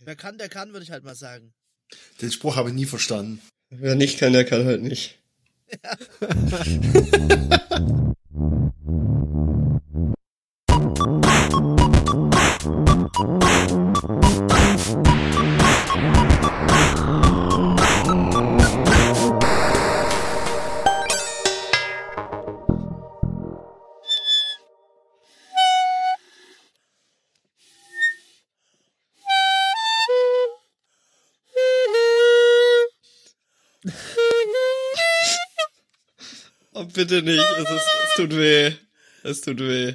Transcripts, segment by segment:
Wer kann, der kann, würde ich halt mal sagen. Den Spruch habe ich nie verstanden. Wer nicht kann, der kann halt nicht. Oh, bitte nicht. Es, ist, es tut weh. Es tut weh.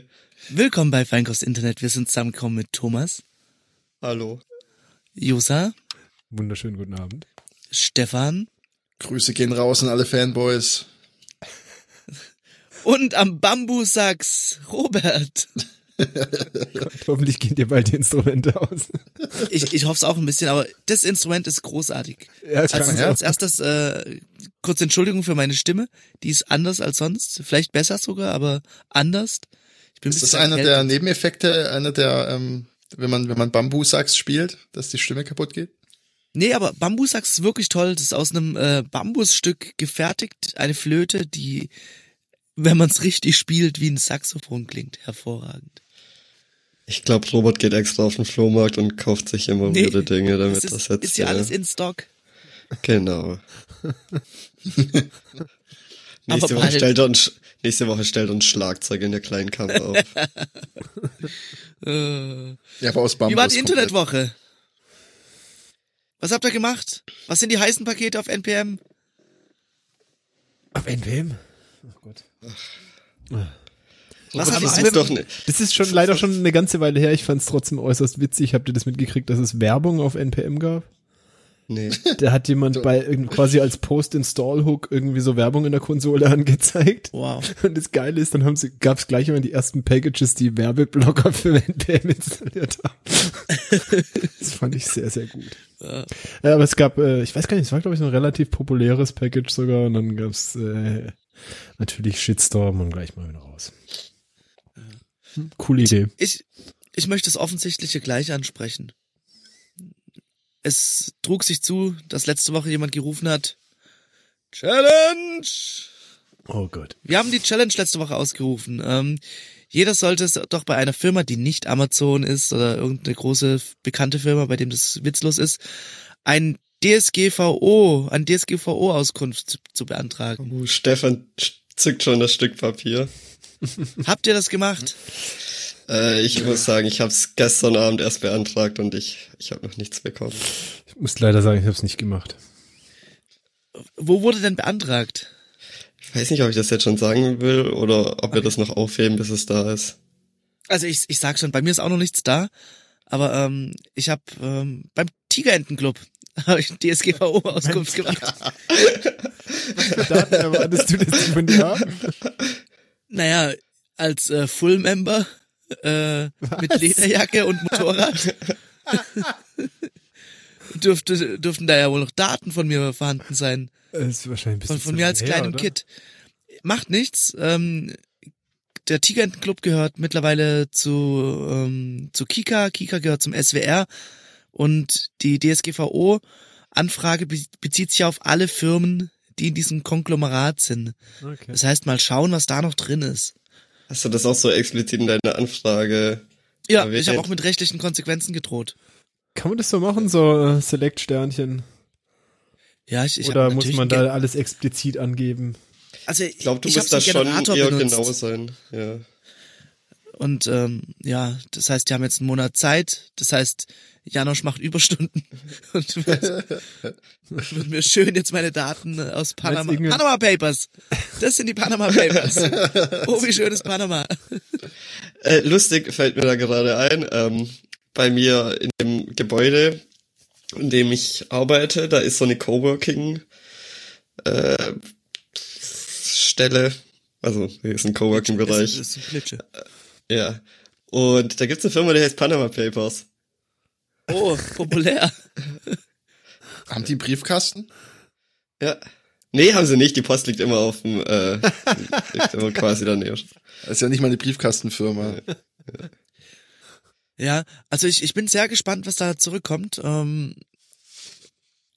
Willkommen bei Feinkost Internet. Wir sind zusammengekommen mit Thomas, Hallo. Josa, Wunderschönen guten Abend. Stefan Grüße gehen raus an alle Fanboys. und am Bambusachs Robert. Hoffentlich gehen dir bald die Instrumente aus. Ich, ich hoffe es auch ein bisschen, aber das Instrument ist großartig. Ja, das Als, kann man als erstes, äh, kurz Entschuldigung für meine Stimme. Die ist anders als sonst. Vielleicht besser sogar, aber anders. Ich bin ein Ist das bisschen einer der erkältet. Nebeneffekte, einer der, ähm, wenn man, wenn man Bambusachs spielt, dass die Stimme kaputt geht? Nee, aber Bambusachs ist wirklich toll. Das ist aus einem äh, Bambusstück gefertigt. Eine Flöte, die, wenn man es richtig spielt, wie ein Saxophon klingt. Hervorragend. Ich glaube, Robert geht extra auf den Flohmarkt und kauft sich immer Nee, wieder Dinge, damit Es das ist, jetzt. äh, ist ja alles in Stock. Genau. nächste, Woche bald. stellt er uns, nächste Woche stellt er uns Schlagzeug in der kleinen Kammer auf. Äh, Ja, aber aus Bambus. wie war die kommt das. Internetwoche? Was habt ihr gemacht? Was sind die heißen Pakete auf NPM? Ab NPM? Oh Gott. Was das, haben ist wir- doch ne, Das ist schon leider schon eine ganze Weile her. Ich fand es trotzdem äußerst witzig. Habt ihr das mitgekriegt, dass es Werbung auf NPM gab? nee. Da hat jemand bei irgend- quasi als Post-Install-Hook irgendwie so Werbung in der Konsole angezeigt. Wow. Und das Geile ist, dann haben sie, gab es gleich immer die ersten Packages, die Werbeblocker für NPM installiert haben. das fand ich sehr, sehr gut. Ja. Ja, aber es gab, äh, ich weiß gar nicht, es war glaube ich so ein relativ populäres Package sogar und dann gab es äh, natürlich Shitstorm und gleich mal wieder raus. Hm, Coole Idee. Ich, ich möchte das Offensichtliche gleich ansprechen. Es trug sich zu, dass letzte Woche jemand gerufen hat. Challenge! Oh Gott. Wir haben die Challenge letzte Woche ausgerufen. Ähm, jeder sollte es doch bei einer Firma, die nicht Amazon ist oder irgendeine große f- bekannte Firma, bei dem das witzlos ist, ein DSGVO, ein DSGVO-Auskunft zu, zu beantragen. Uh, Stefan zückt schon das Stück Papier. Habt ihr das gemacht? Äh, ich muss sagen, ich habe es gestern Abend erst beantragt und ich, ich habe noch nichts bekommen. Ich muss leider sagen, ich habe es nicht gemacht. Wo wurde denn beantragt? Ich weiß nicht, ob ich das jetzt schon sagen will oder ob wir das noch aufheben, bis es da ist. Also ich, ich sag schon, bei mir ist auch noch nichts da, aber ähm, ich habe ähm, beim Tigerentenclub habe ich DSGVO-Auskunft gemacht. Daten erwartest du das von dir? Naja, als äh, Full-Member äh, mit Lederjacke und Motorrad dürfte, dürften da ja wohl noch Daten von mir vorhanden sein. Das ist wahrscheinlich ein bisschen Von, von zu mir als lange her, kleinem oder? Kid. Macht nichts. Ähm, der Tigerentenclub gehört mittlerweile zu, ähm, zu Kika. Kika gehört zum SWR. Und die DSGVO-Anfrage be- bezieht sich auf alle Firmen, die in diesem Konglomerat sind. Okay. Das heißt, mal schauen, was da noch drin ist. Hast du das auch so explizit in deiner Anfrage? Ja, Aber wir ich habe reden- auch mit rechtlichen Konsequenzen gedroht. Kann man das so machen, so äh, Select-Sternchen? Ja, ich, ich Oder hab muss natürlich man einen da alles explizit angeben? Gen- also Ich glaube, du ich musst da hab's einen schon Generator eher benutzt. genau sein. Ja. Und ähm, ja, das heißt, die haben jetzt einen Monat Zeit. Das heißt, Janosch macht Überstunden und wird, wird mir schön jetzt meine Daten äh, aus Panama. irgendwie- Panama Papers. Das sind die Panama Papers. Oh, wie schön ist Panama. Äh, lustig fällt mir da gerade ein. Ähm, bei mir in dem Gebäude, in dem ich arbeite, da ist so eine Coworking äh, Stelle. Also hier ist ein Das Coworking-Bereich. ist ein Klitsche. Ja. Und da gibt's eine Firma, die heißt Panama Papers. Oh, populär. Haben die einen Briefkasten? Ja. Nee, haben sie nicht. Die Post liegt immer auf dem, äh, liegt immer quasi daneben. Das ist ja nicht mal eine Briefkastenfirma. Ja, also ich, ich bin sehr gespannt, was da zurückkommt. Ähm,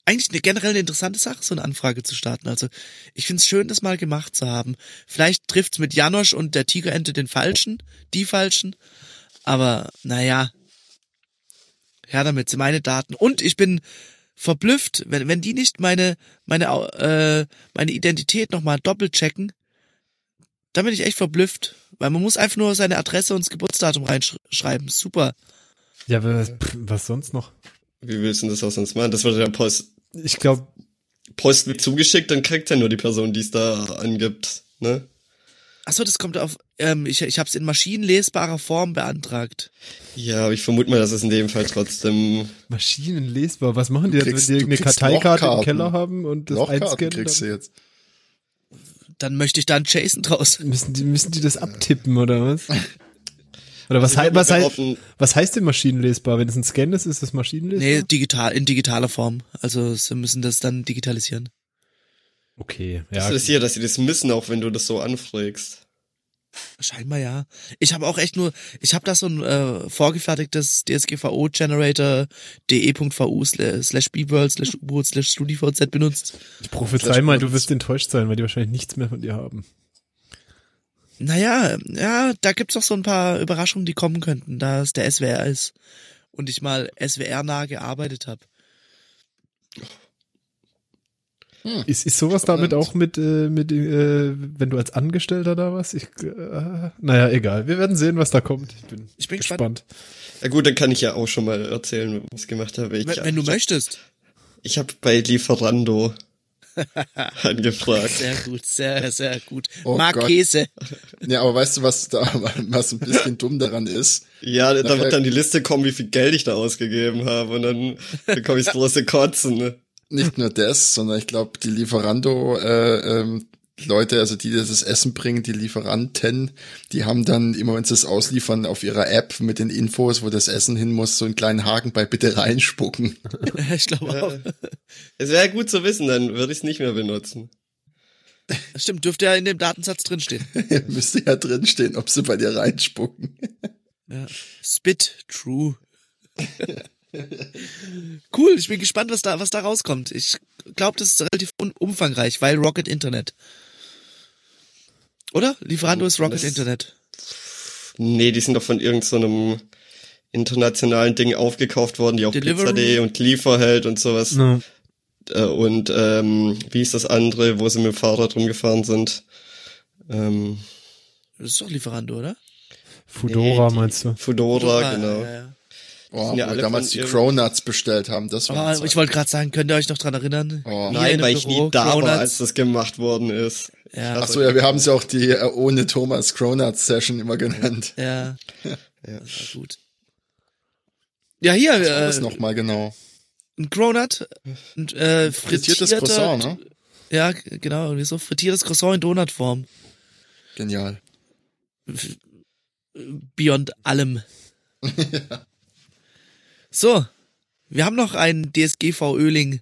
eigentlich eine generell eine interessante Sache, so eine Anfrage zu starten. Also ich find's schön, das mal gemacht zu haben. Vielleicht trifft's mit Janosch und der Tigerente den Falschen, die Falschen. Aber naja, her damit, sind meine Daten. Und ich bin verblüfft, wenn, wenn die nicht meine, meine, äh, meine Identität nochmal doppelt checken, da bin ich echt verblüfft. Weil man muss einfach nur seine Adresse und das Geburtsdatum reinschreiben. Super. Ja, aber was, pff, was sonst noch? Wie willst du denn das auch sonst machen? Das wird ja Post, Ich glaube, Post wird zugeschickt, dann kriegt ja nur die Person, die es da angibt, ne? Achso, das kommt auf, ähm, ich, ich habe es in maschinenlesbarer Form beantragt. Ja, aber ich vermute mal, dass es in dem Fall trotzdem maschinenlesbar. Was machen die jetzt, kriegst- wenn die du eine kriegst Karteikarte im Lochkarten. Keller haben und das Lochkarten einscannen? kriegst du Dann jetzt. Dann möchte ich da einen Jason draus. müssen, die, müssen die das abtippen oder was? Also Oder was, halt- Ich hei würd was, hei behaupten- was heißt denn maschinenlesbar? Wenn es ein Scan ist, ist das maschinenlesbar? Nee, digital, in digitaler Form. Also sie müssen das dann digitalisieren. Okay, ja. ja. ist das hier, dass sie das müssen, auch wenn du das so anfragst. Scheinbar ja. Ich habe auch echt nur, ich habe da so ein äh, vorgefertigtes DSGVO-Generator E de.vu slash bworld slash u slash StudiVZ benutzt. Ich prophezei mal, du wirst enttäuscht sein, weil die wahrscheinlich nichts mehr von dir haben. Naja, ja, da gibt's doch so ein paar Überraschungen, die kommen könnten, da es der SWR ist und ich mal SWR-nah gearbeitet habe. Ist, ist sowas damit Hm. Spannend. auch mit, äh, mit äh, wenn du als Angestellter da warst? Ich, äh, naja, egal. Wir werden sehen, was da kommt. Ich bin, Ich bin gespannt. Ja gut, dann kann ich ja auch schon mal erzählen, was ich gemacht habe. Ich, Wenn, wenn du ich, möchtest. Ich habe bei Lieferando angefragt. Sehr gut, sehr, sehr gut. Oh Mag Gott. Käse. Ja, aber weißt du, was da, was ein bisschen dumm daran ist? Ja, da Na, wird vielleicht- dann die Liste kommen, wie viel Geld ich da ausgegeben habe und dann bekomme ich das große Kotzen. ne? Nicht nur das, sondern ich glaube, die Lieferando, äh, ähm, Leute, also die, die das Essen bringen, die Lieferanten, die haben dann immer, wenn sie es ausliefern, auf ihrer App mit den Infos, wo das Essen hin muss, so einen kleinen Haken bei bitte reinspucken. Ich glaube auch. Es wäre gut zu wissen, dann würde ich es nicht mehr benutzen. Stimmt, dürfte ja in dem Datensatz drinstehen. Müsste ja drinstehen, ob sie bei dir reinspucken. Ja. Spit, true. cool, ich bin gespannt, was da, was da rauskommt. Ich glaube, das ist relativ un umfangreich, weil Rocket Internet. Oder? Lieferando ist Rocket Das- Internet. Nee, die sind doch von irgendeinem so einem internationalen Ding aufgekauft worden, die auch Deliveroo? Pizza.de und Lieferheld und sowas. No. Äh, Und ähm, wie ist das andere, wo sie mit dem Fahrrad rumgefahren sind? Ähm, Das ist doch Lieferando, oder? Fudora Nee, die- meinst du? Fudora, Ah, genau. ja, ja. Oh, sind ja wo wir alle damals von Ah, die ihrem- Cronuts bestellt haben, das war Aber ich wollte gerade sagen, könnt ihr euch noch dran erinnern? Oh. Hier in Nein, dem weil ich Büro, nie da war, Cronuts. als das gemacht worden ist. Ja. Ich Ach hasse so, ja, wir haben es ja auch die äh, ohne Thomas Cronuts Session immer genannt. Ja. Ja. Das war gut. Ja, hier, Was war das äh, nochmal genau? ein Cronut, ein äh, frittierter, Frittiertes Croissant, ne? Ja, g- genau, irgendwie so frittiertes Croissant in Donutform. Genial. F- Beyond allem. So, wir haben noch einen DSGV Öling.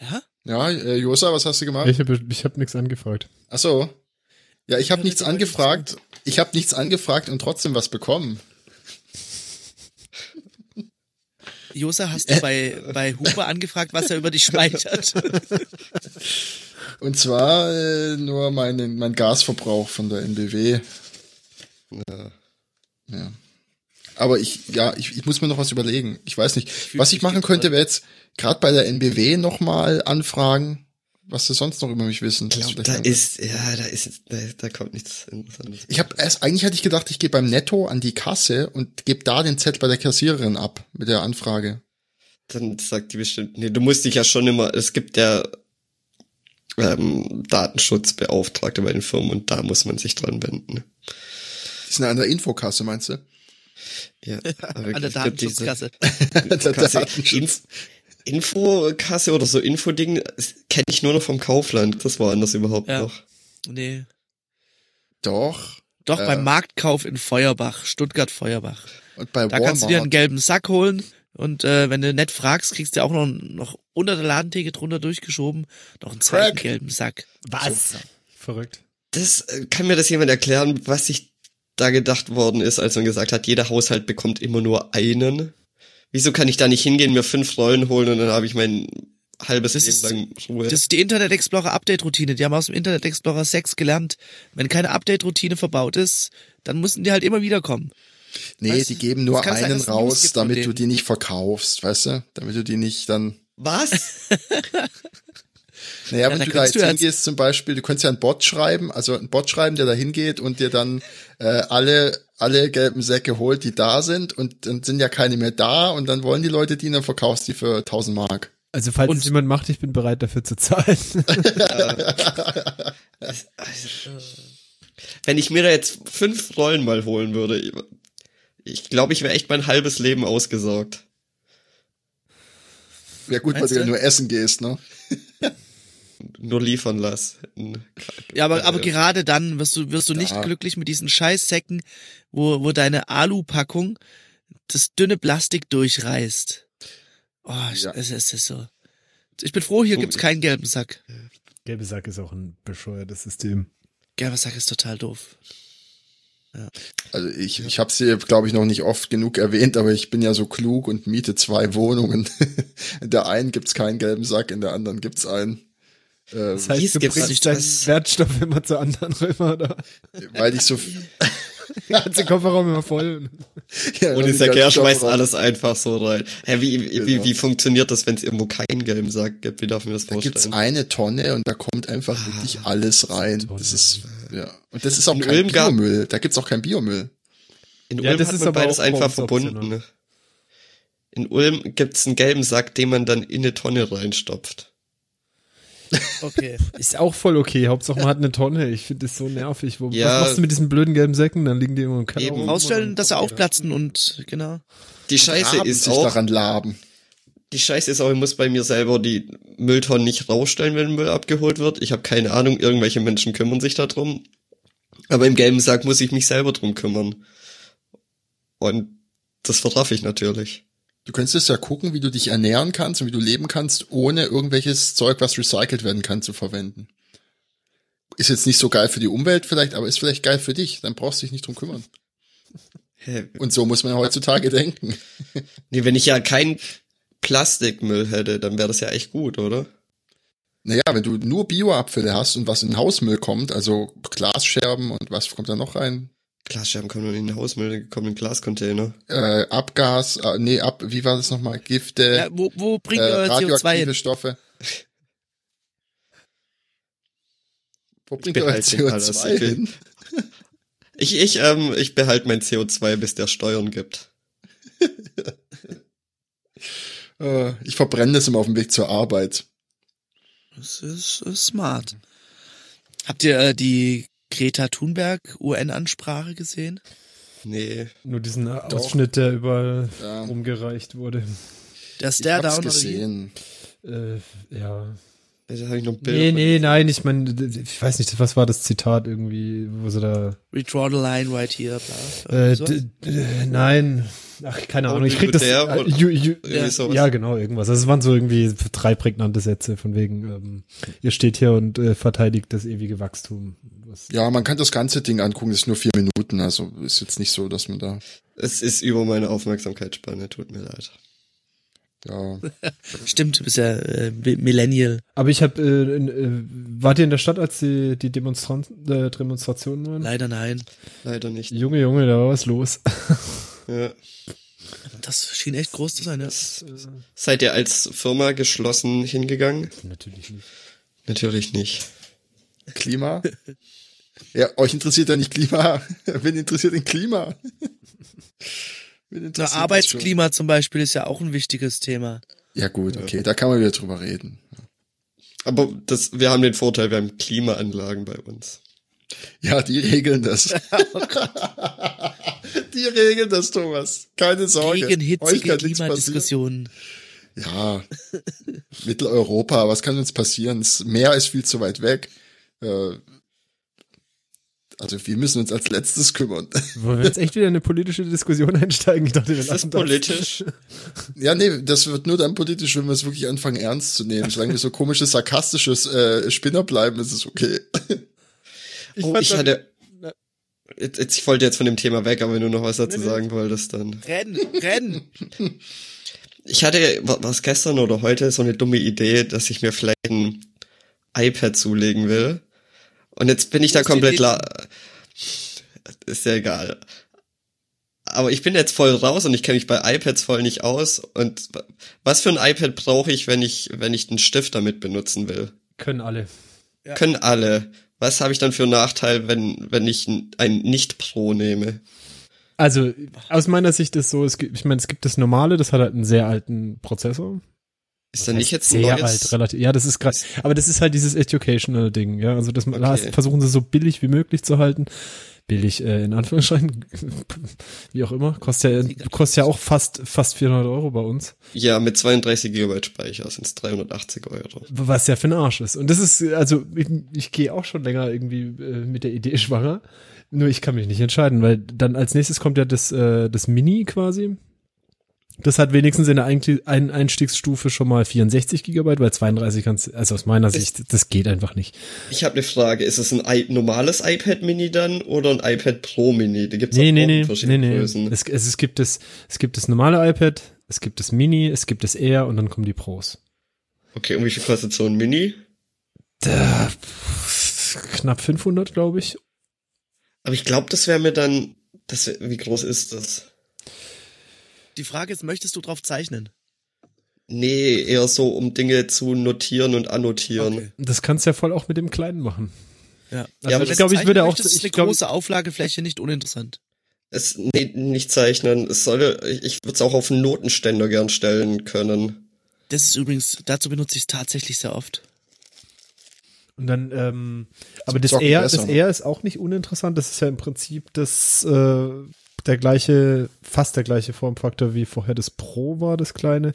Ja? Ja, äh, Josa, was hast du gemacht? Ich habe ich hab nichts angefragt. Ach so. Ja, ich habe Ja, nichts das war angefragt. Ich habe nichts angefragt und trotzdem was bekommen. Josa, hast Äh. du bei, bei Huber angefragt, was er über dich speichert? Und zwar äh, nur meinen, mein Gasverbrauch von der NBW. Äh, Ja. ja. Aber ich, ja, ich, ich muss mir noch was überlegen. Ich weiß nicht. Was ich mich machen könnte, gefreut. wäre jetzt gerade bei der NBW nochmal anfragen, was sie sonst noch über mich wissen. Ich Das glaub, vielleicht da dann- ist, ja, da ist, da, da kommt nichts Interessantes. Ich habe erst eigentlich hatte ich gedacht, ich gehe beim Netto an die Kasse und gebe da den Zettel bei der Kassiererin ab mit der Anfrage. Dann sagt die bestimmt, nee, du musst dich ja schon immer, es gibt ja ähm, Datenschutzbeauftragte bei den Firmen und da muss man sich dran wenden. Die sind an der Infokasse, meinst du? Ja, aber An der ich glaub, diese Datenschutzkasse. Kasse, Datenschutz. Inf Infokasse oder so Infoding kenne ich nur noch vom Kaufland. Das war anders überhaupt Ja. noch. Nee. Doch. Doch, Äh. beim Marktkauf in Feuerbach, Stuttgart-Feuerbach. Und bei Da Walmart. kannst du dir einen gelben Sack holen und äh, wenn du nett fragst, kriegst du auch noch, noch unter der Ladentheke drunter durchgeschoben noch einen zweiten Crack. gelben Sack. Was? Verrückt. Das äh, kann mir das jemand erklären, was sich da gedacht worden ist, als man gesagt hat, jeder Haushalt bekommt immer nur einen. Wieso kann ich da nicht hingehen, mir fünf Rollen holen und dann habe ich mein halbes Das ist- Leben lang Ruhe? Das ist die Internet Explorer Update Routine. Die haben aus dem Internet Explorer 6 gelernt. Wenn keine Update Routine verbaut ist, dann müssen die halt immer wieder kommen. Nee, Weißt die du, geben nur das kann sein, einen dass es News raus, gibt von damit du denen. die nicht verkaufst, weißt du? Damit du die nicht dann. Was? Naja, Ja, wenn da du da kannst jetzt du ja- hingehst zum Beispiel, du könntest ja einen Bot schreiben, also einen Bot schreiben, der da hingeht und dir dann äh, alle, alle gelben Säcke holt, die da sind und dann sind ja keine mehr da und dann wollen die Leute die und dann verkaufst die für 1000 Mark. Also falls Und- es jemand macht, ich bin bereit dafür zu zahlen. Wenn ich mir da jetzt fünf Rollen mal holen würde, ich- ich glaube, ich wäre echt mein halbes Leben ausgesorgt. Ja gut, weil Meinst du ja du? nur essen gehst, ne? Nur liefern lassen. Ja, aber, aber Äh, gerade dann wirst du, wirst du nicht da. glücklich mit diesen Scheißsäcken, wo, wo deine Alupackung das dünne Plastik durchreißt. Oh, Ja. es, es ist so. Ich bin froh, hier Oh, gibt's ich- keinen gelben Sack. Gelbe Sack ist auch ein bescheuertes System. Gelber Sack ist total doof. Also ich, ich habe sie, glaube ich, noch nicht oft genug erwähnt, aber ich bin ja so klug und miete zwei Wohnungen. in der einen gibt's keinen gelben Sack, in der anderen gibt's einen. Ähm, Das Dies heißt, du gibt's bringst nicht. deinen Das- Wertstoff immer zur anderen Römer oder? weil ich so Den Kofferraum immer voll. ja, halt Und die dieser Kerl ganzen schmeißt Stoffe- alles einfach so rein. Hä, wie, wie, wie, Genau. wie funktioniert das, wenn es irgendwo keinen gelben Sack gibt? Wie darf ich mir das Da gibt's vorstellen? eine Tonne und da kommt einfach wirklich alles rein. Das ist ja und das ist auch In kein Ulm gab- Biomüll. Da gibt's auch kein Biomüll. In Ja, Ulm das hat ist man aber beides auch einfach bei uns verbunden. ne? In Ulm gibt's einen gelben Sack, den man dann in eine Tonne reinstopft. Okay. Ist auch voll okay. Hauptsache man hat eine Tonne. Ich finde das so nervig. Wo, Was Ja. machst du mit diesen blöden gelben Säcken? Dann liegen die immer im Keller. Eben. rum Ausstellen, und- dass sie aufplatzen und genau. Die Scheiße Raben ist sich auch, daran laben. die Scheiße ist auch, ich muss bei mir selber die Mülltonnen nicht rausstellen, wenn Müll abgeholt wird. Ich habe keine Ahnung, irgendwelche Menschen kümmern sich darum. Aber im gelben Sack muss ich mich selber drum kümmern. Und das vertraff ich natürlich. Du könntest ja gucken, wie du dich ernähren kannst und wie du leben kannst, ohne irgendwelches Zeug, was recycelt werden kann, zu verwenden. Ist jetzt nicht so geil für die Umwelt vielleicht, aber ist vielleicht geil für dich. Dann brauchst du dich nicht drum kümmern. Hä, Und so muss man heutzutage denken. Nee, wenn ich ja keinen Plastikmüll hätte, dann wäre das ja echt gut, oder? Naja, wenn du nur Bioabfälle hast und was in den Hausmüll kommt, also Glasscherben und was kommt da noch rein? Glasscherben kommen nur in den Hausmüll, kommen in den Glascontainer. Äh, Abgas, äh, nee, ab, wie war das nochmal? Gifte. Ja, wo, wo bringt äh, euer CO2 radioaktive hin? Stoffe. Wo bringt Ich euer behalte den CO2 Palast, okay. hin? Ich, ich, ähm, ich behalte mein CO2, bis der Steuern gibt. Äh, ich verbrenne das immer auf dem Weg zur Arbeit. Das ist, ist smart. Habt ihr äh, die Greta Thunberg UN-Ansprache gesehen? Nee. Nur diesen Ausschnitt, der überall Ja, rumgereicht wurde. Der ich hab's Stare-Down oder wie? gesehen. Äh, ja. Da habe ich noch ein Bild. Nee, nee, nein, ich meine, ich weiß nicht, was war das Zitat irgendwie, wo sie da. Redraw the line right here. Bla. Äh, So. d- d- nein. Ach, keine Oh, Ahnung. Ich krieg mit das. der äh, oder- ju, ju, irgendwie ja, sowas. ja, genau, irgendwas. Also es waren so irgendwie drei prägnante Sätze von wegen, ähm, ihr steht hier und äh, verteidigt das ewige Wachstum. Was, Ja, man kann das ganze Ding angucken, das ist nur vier Minuten, also ist jetzt nicht so, dass man da, Es ist über meine Aufmerksamkeitsspanne, tut mir leid. ja, Stimmt, du bist ja äh, Mi- Millennial. Aber ich habe, äh, in- äh, wart ihr in der Stadt, als die, die Demonstranten, äh, Demonstrationen waren? Leider nein. Leider nicht. Junge, Junge, da war was los. Ja. Das schien echt groß zu sein. Ja. Seid ihr als Firma geschlossen hingegangen? Natürlich nicht. Natürlich nicht. Klima. ja, euch interessiert ja nicht Klima. Wen interessiert denn Klima? Wen interessiert das Na, schon? Arbeitsklima zum Beispiel ist ja auch ein wichtiges Thema. Ja gut, okay, da kann man wieder drüber reden. Aber das, wir haben den Vorteil, wir haben Klimaanlagen bei uns. Ja, die regeln das. Oh die regeln das, Thomas. Keine Sorge. Gegen Euch hitzige kann nichts passieren. Klimadiskussionen. Ja, Mitteleuropa, was kann uns passieren? Das Meer ist viel zu weit weg. Äh, Also wir müssen uns als letztes kümmern. Wollen wir jetzt echt wieder in eine politische Diskussion einsteigen? Ich dachte, wir Ist das lassen politisch? Ja, nee, das wird nur dann politisch, wenn wir es wirklich anfangen ernst zu nehmen. Solange wir so komisches, sarkastisches äh, Spinner bleiben, ist es okay. Ich, Oh, fand ich das- hatte. Jetzt, jetzt- ich wollte jetzt von dem Thema weg, aber wenn du noch was dazu sagen wolltest, dann. Rennen, rennen. Ich hatte, wa- was gestern oder heute, so eine dumme Idee, dass ich mir vielleicht ein iPad zulegen will. Und jetzt bin ich da Wo ist die komplett Idee? klar. Ist ja egal. Aber ich bin jetzt voll raus und ich kenne mich bei iPads voll nicht aus. Und wa- was für ein iPad brauche ich, wenn ich, wenn ich einen Stift damit benutzen will? Können alle. Ja. Können alle. Was habe ich dann für einen Nachteil, wenn, wenn ich ein- ein Nicht-Pro nehme? Also aus meiner Sicht ist so, es gibt, ich meine, es gibt das normale, das hat halt einen sehr alten Prozessor. Ist da nicht jetzt ein sehr neues? alt, relativ. Ja, das ist gerade. Aber das ist halt dieses educational Ding, ja. Also das da Okay. versuchen sie so billig wie möglich zu halten. Billig äh, in Anführungsstrichen, wie auch immer. Kostet ja, kostet ja auch fast fast 400 Euro bei uns. Ja, mit 32 GB Speicher sind es 380 Euro. was ja für ein Arsch ist. Und das ist, also ich, ich gehe auch schon länger irgendwie äh, mit der Idee schwanger, nur ich kann mich nicht entscheiden, weil dann als nächstes kommt ja das, äh, das Mini quasi. Das hat wenigstens in der Einti- Ein Einstiegsstufe schon mal 64 Gigabyte, weil 32 kannst, also aus meiner Sicht, das geht einfach nicht. Ich habe eine Frage, ist es ein I normales iPad Mini dann oder ein iPad Pro Mini? Da gibt's Nee, auch nee, nee, nee, verschiedene nee. Es, Größen. ne? es, es gibt das, es gibt das normale iPad, es gibt das Mini, es gibt das Air und dann kommen die Pros. Okay, und wie viel kostet so ein Mini? Da, pff, knapp 500, glaube ich. Aber ich glaube, das wäre mir dann, das, wär- wie groß ist das? Die Frage ist, möchtest du drauf zeichnen? Nee, eher so, um Dinge zu notieren und annotieren. Okay. Das kannst du ja voll auch mit dem Kleinen machen. Ja. Also aber ich das glaube, ich Zeichnen würde auch, möchtest, ist ich eine glaube, große Auflagefläche nicht uninteressant. Es, nee, nicht zeichnen. Es soll, ich, ich würde es auch auf einen Notenständer gern stellen können. Das ist übrigens, dazu benutze ich es tatsächlich sehr oft. und dann, ähm, aber Zum das Zocken R, besser, das ne? R ist auch nicht uninteressant. Das ist ja im Prinzip das, äh, der gleiche, fast der gleiche Formfaktor wie vorher das Pro war, das kleine.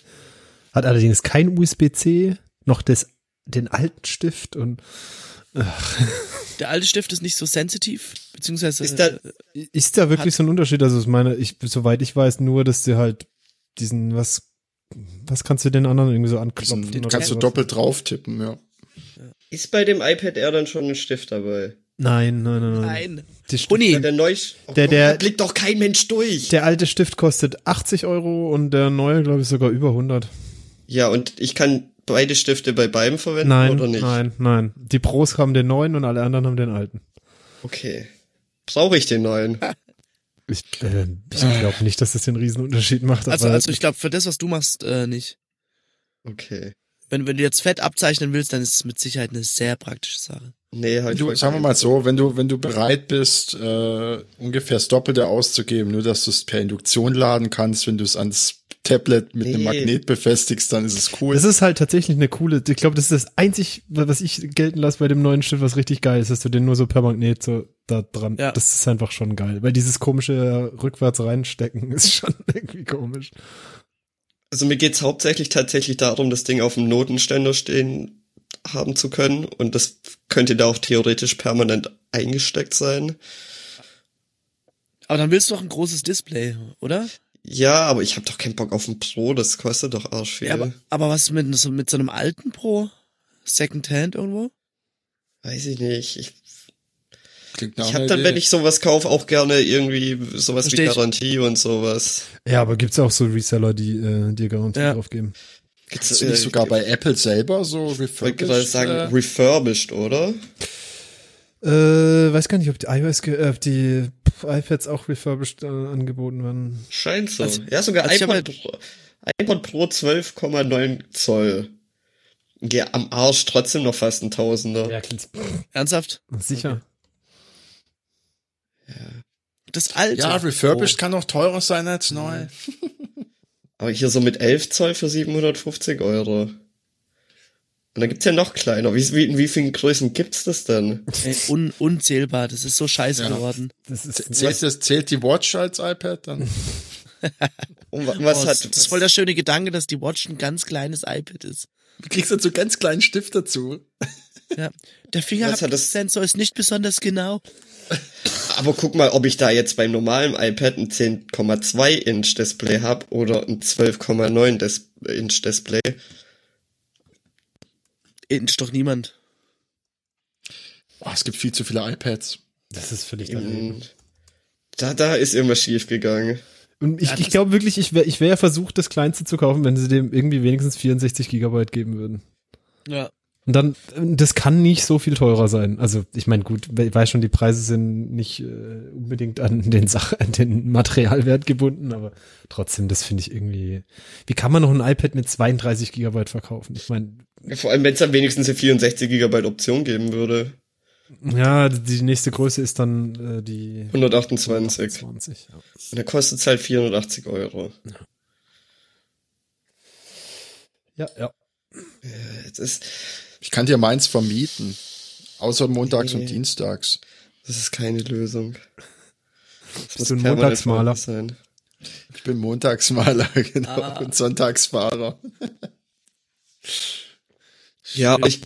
Hat allerdings kein USB-C, noch das, den alten Stift und Der alte Stift ist nicht so sensitiv, beziehungsweise Ist da- äh, ist da wirklich so ein Unterschied? Also, ich meine, ich, soweit ich weiß, nur, dass dir halt diesen, was, was kannst du den anderen irgendwie so anklopfen? Den oder kannst du sowas? doppelt drauf tippen, ja. Ist bei dem iPad Air dann schon ein Stift dabei? Nein, nein, nein, nein. nein. Die Stifte- Uni. Der neue, oh Der- Gott, der- da blickt doch kein Mensch durch. Der alte Stift kostet 80 Euro und der neue, glaube ich, sogar über 100. ja, und ich kann beide Stifte bei beidem verwenden Nein, oder nicht? nein, nein. Die Pros haben den neuen und alle anderen haben den alten. Okay. Brauche ich den neuen? Ich, äh, ich glaube nicht, dass das den Riesenunterschied macht. Ah. Also, aber also ich glaube, für das, was du machst, äh, nicht. Okay. Wenn, wenn du jetzt Fett abzeichnen willst, dann ist es mit Sicherheit eine sehr praktische Sache. Nee, halt Du, sagen wir mal so, wenn du, wenn du bereit bist, äh, ungefähr das Doppelte auszugeben, nur dass du es per Induktion laden kannst, wenn du es ans Tablet mit einem Nee. Magnet befestigst, dann ist es cool. das ist halt tatsächlich eine coole, ich glaube, das ist das einzig, was ich gelten lasse bei dem neuen Stift, was richtig geil ist, dass du den nur so per Magnet so da dran, Ja. das ist einfach schon geil, weil dieses komische rückwärts reinstecken ist schon irgendwie komisch. Also mir geht's hauptsächlich tatsächlich darum, das Ding auf dem Notenständer stehen haben zu können. Und das könnte da auch theoretisch permanent eingesteckt sein. Aber dann willst du doch ein großes Display, oder? Ja, aber ich habe doch keinen Bock auf ein Pro, das kostet doch arsch viel. Ja, aber, aber was mit so, mit so einem alten Pro? Secondhand irgendwo? Weiß ich nicht. Ich, Klingt nach ich einer habe dann, Idee. wenn ich sowas kaufe, auch gerne irgendwie sowas Versteh wie ich. Garantie und sowas. Ja, aber gibt's auch so Reseller, die äh, dir Garantie Ja. drauf geben. Gibt's, Hast du nicht sogar bei Apple selber so Äh, Ich wollte gerade refurbished? sagen, äh, refurbished, oder? Äh, weiß gar nicht, ob die iOS, ge- äh, ob die iPads auch refurbished äh, angeboten werden. Scheint so. Also- ja, sogar also ich iPod, Pro, iPod Pro 12,9 Zoll. Ja, am Arsch trotzdem noch fast ein Tausender. klingt Ernsthaft? sicher. Das alte. ja, refurbished Pro. kann auch teurer sein als neu. Aber hier so mit 11 Zoll für 750 Euro. Und dann gibt's ja noch kleiner. Wie, wie, in wie vielen Größen gibt's das denn? Ey, un, unzählbar, das ist so scheiße geworden. Das ist Zählt, das, zählt die Watch als iPad dann? Und wa- was Oh, hat, das ist voll der schöne Gedanke, dass die Watch ein ganz kleines iPad ist. Du kriegst dazu ganz kleinen Stift dazu. Ja. Der Was hat das- Fingerabdrucksensor ist nicht besonders genau. aber guck mal, ob ich da jetzt beim normalen iPad ein 10,2 Inch Display hab oder ein 12,9 Dis Inch Display. Inch doch niemand. Oh, es gibt Ah, viel zu viele iPads. Das ist völlig Mhm. Im, Da, da ist irgendwas schief gegangen. Und ich, Ja, ich das- glaube wirklich, ich wäre ich wär ja versucht, das kleinste zu kaufen, wenn sie dem irgendwie wenigstens 64 Gigabyte geben würden. Ja. Und dann, das kann nicht so viel teurer sein. Also ich meine, gut, we- ich weiß schon, die Preise sind nicht äh, unbedingt an den Sache, an den Materialwert gebunden, aber trotzdem, das finde ich irgendwie. Wie kann man noch ein iPad mit 32 Gigabyte verkaufen? Ich meine, Vor allem, wenn es dann wenigstens eine 64 Gigabyte Option geben würde. ja, die nächste Größe ist dann äh, die 128. 20. Ja. Und dann kostet es halt 480 Euro. Ja, ja. Das ist, Ich kann dir meins vermieten. Außer montags Nee. und dienstags. das ist keine Lösung. Das du ein permanent Montagsmaler? sein. Ich bin Montagsmaler, genau, und Sonntagsfahrer. Ja, aber ich,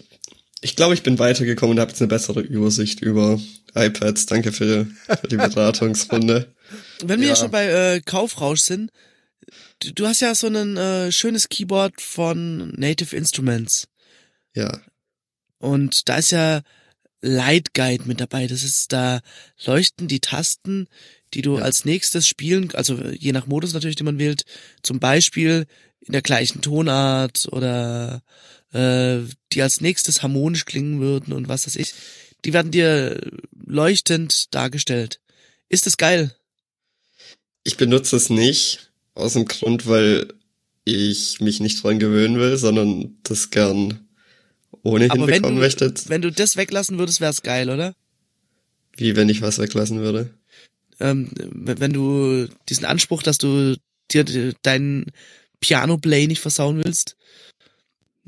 ich glaube, ich bin weitergekommen und habe jetzt eine bessere Übersicht über iPads. Danke für, für die Beratungsrunde. Wenn wir ja Ja. schon bei äh, Kaufrausch sind, du, du hast ja so ein äh, schönes Keyboard von Native Instruments. Ja. Und da ist ja Light Guide mit dabei. Das ist, da leuchten die Tasten, die du als nächstes spielen, also je nach Modus natürlich, den man wählt, zum Beispiel in der gleichen Tonart oder äh, die als nächstes harmonisch klingen würden und was weiß ich, die werden dir leuchtend dargestellt. Ist das geil? Ich benutze es nicht aus dem Grund, weil ich mich nicht dran gewöhnen will, sondern das gern ohne Aber wenn du, hinbekommen möchte. wenn du das weglassen würdest, wär's geil, oder? Wie wenn ich was weglassen würde. ähm, w- wenn du diesen Anspruch, dass du dir de- deinen Piano-Play nicht versauen willst,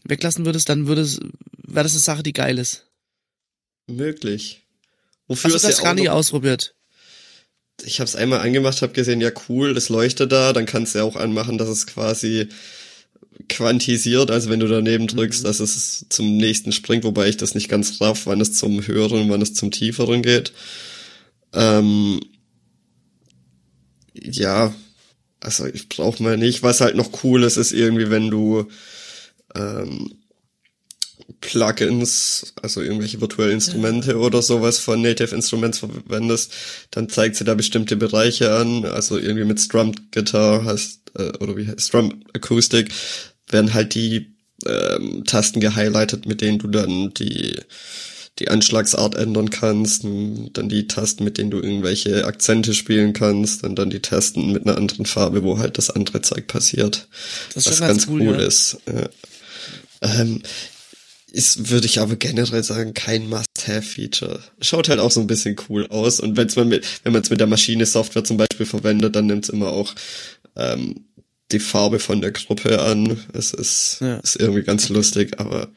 weglassen würdest, dann würde es, wäre das eine Sache, die geil ist. Möglich. Hast Wofür du es Also ja das auch gar nicht noch- ausprobiert? ich habe es einmal angemacht, habe gesehen, ja cool, das leuchtet da, dann kannst du ja auch anmachen, dass es quasi quantisiert, also wenn du daneben drückst, dass es zum nächsten springt, wobei ich das nicht ganz raff, wann es zum höheren, wann es zum tieferen geht. Ähm, ja, also ich brauche mal nicht. Was halt noch cool ist, ist irgendwie, wenn du ähm, Plugins, also irgendwelche virtuelle Instrumente oder sowas von Native Instruments verwendest, dann zeigt sie da bestimmte Bereiche an. Also irgendwie mit Strum Guitar hast, äh, oder wie heißt Strum Acoustic, werden halt die ähm, Tasten gehighlightet, mit denen du dann die die Anschlagsart ändern kannst, und dann die Tasten, mit denen du irgendwelche Akzente spielen kannst, und dann die Tasten mit einer anderen Farbe, wo halt das andere Zeug passiert. Das ist was schon ganz ganz cool, cool, ja. ist. Ja. Ähm, ist, würde ich aber generell sagen, kein Must-Have-Feature. Schaut halt auch so ein bisschen cool aus. Und wenn's man mit, wenn man es mit der Maschine-Software zum Beispiel verwendet, dann nimmt's immer auch ähm, die Farbe von der Gruppe an. Es ist, Ja. ist irgendwie ganz lustig, aber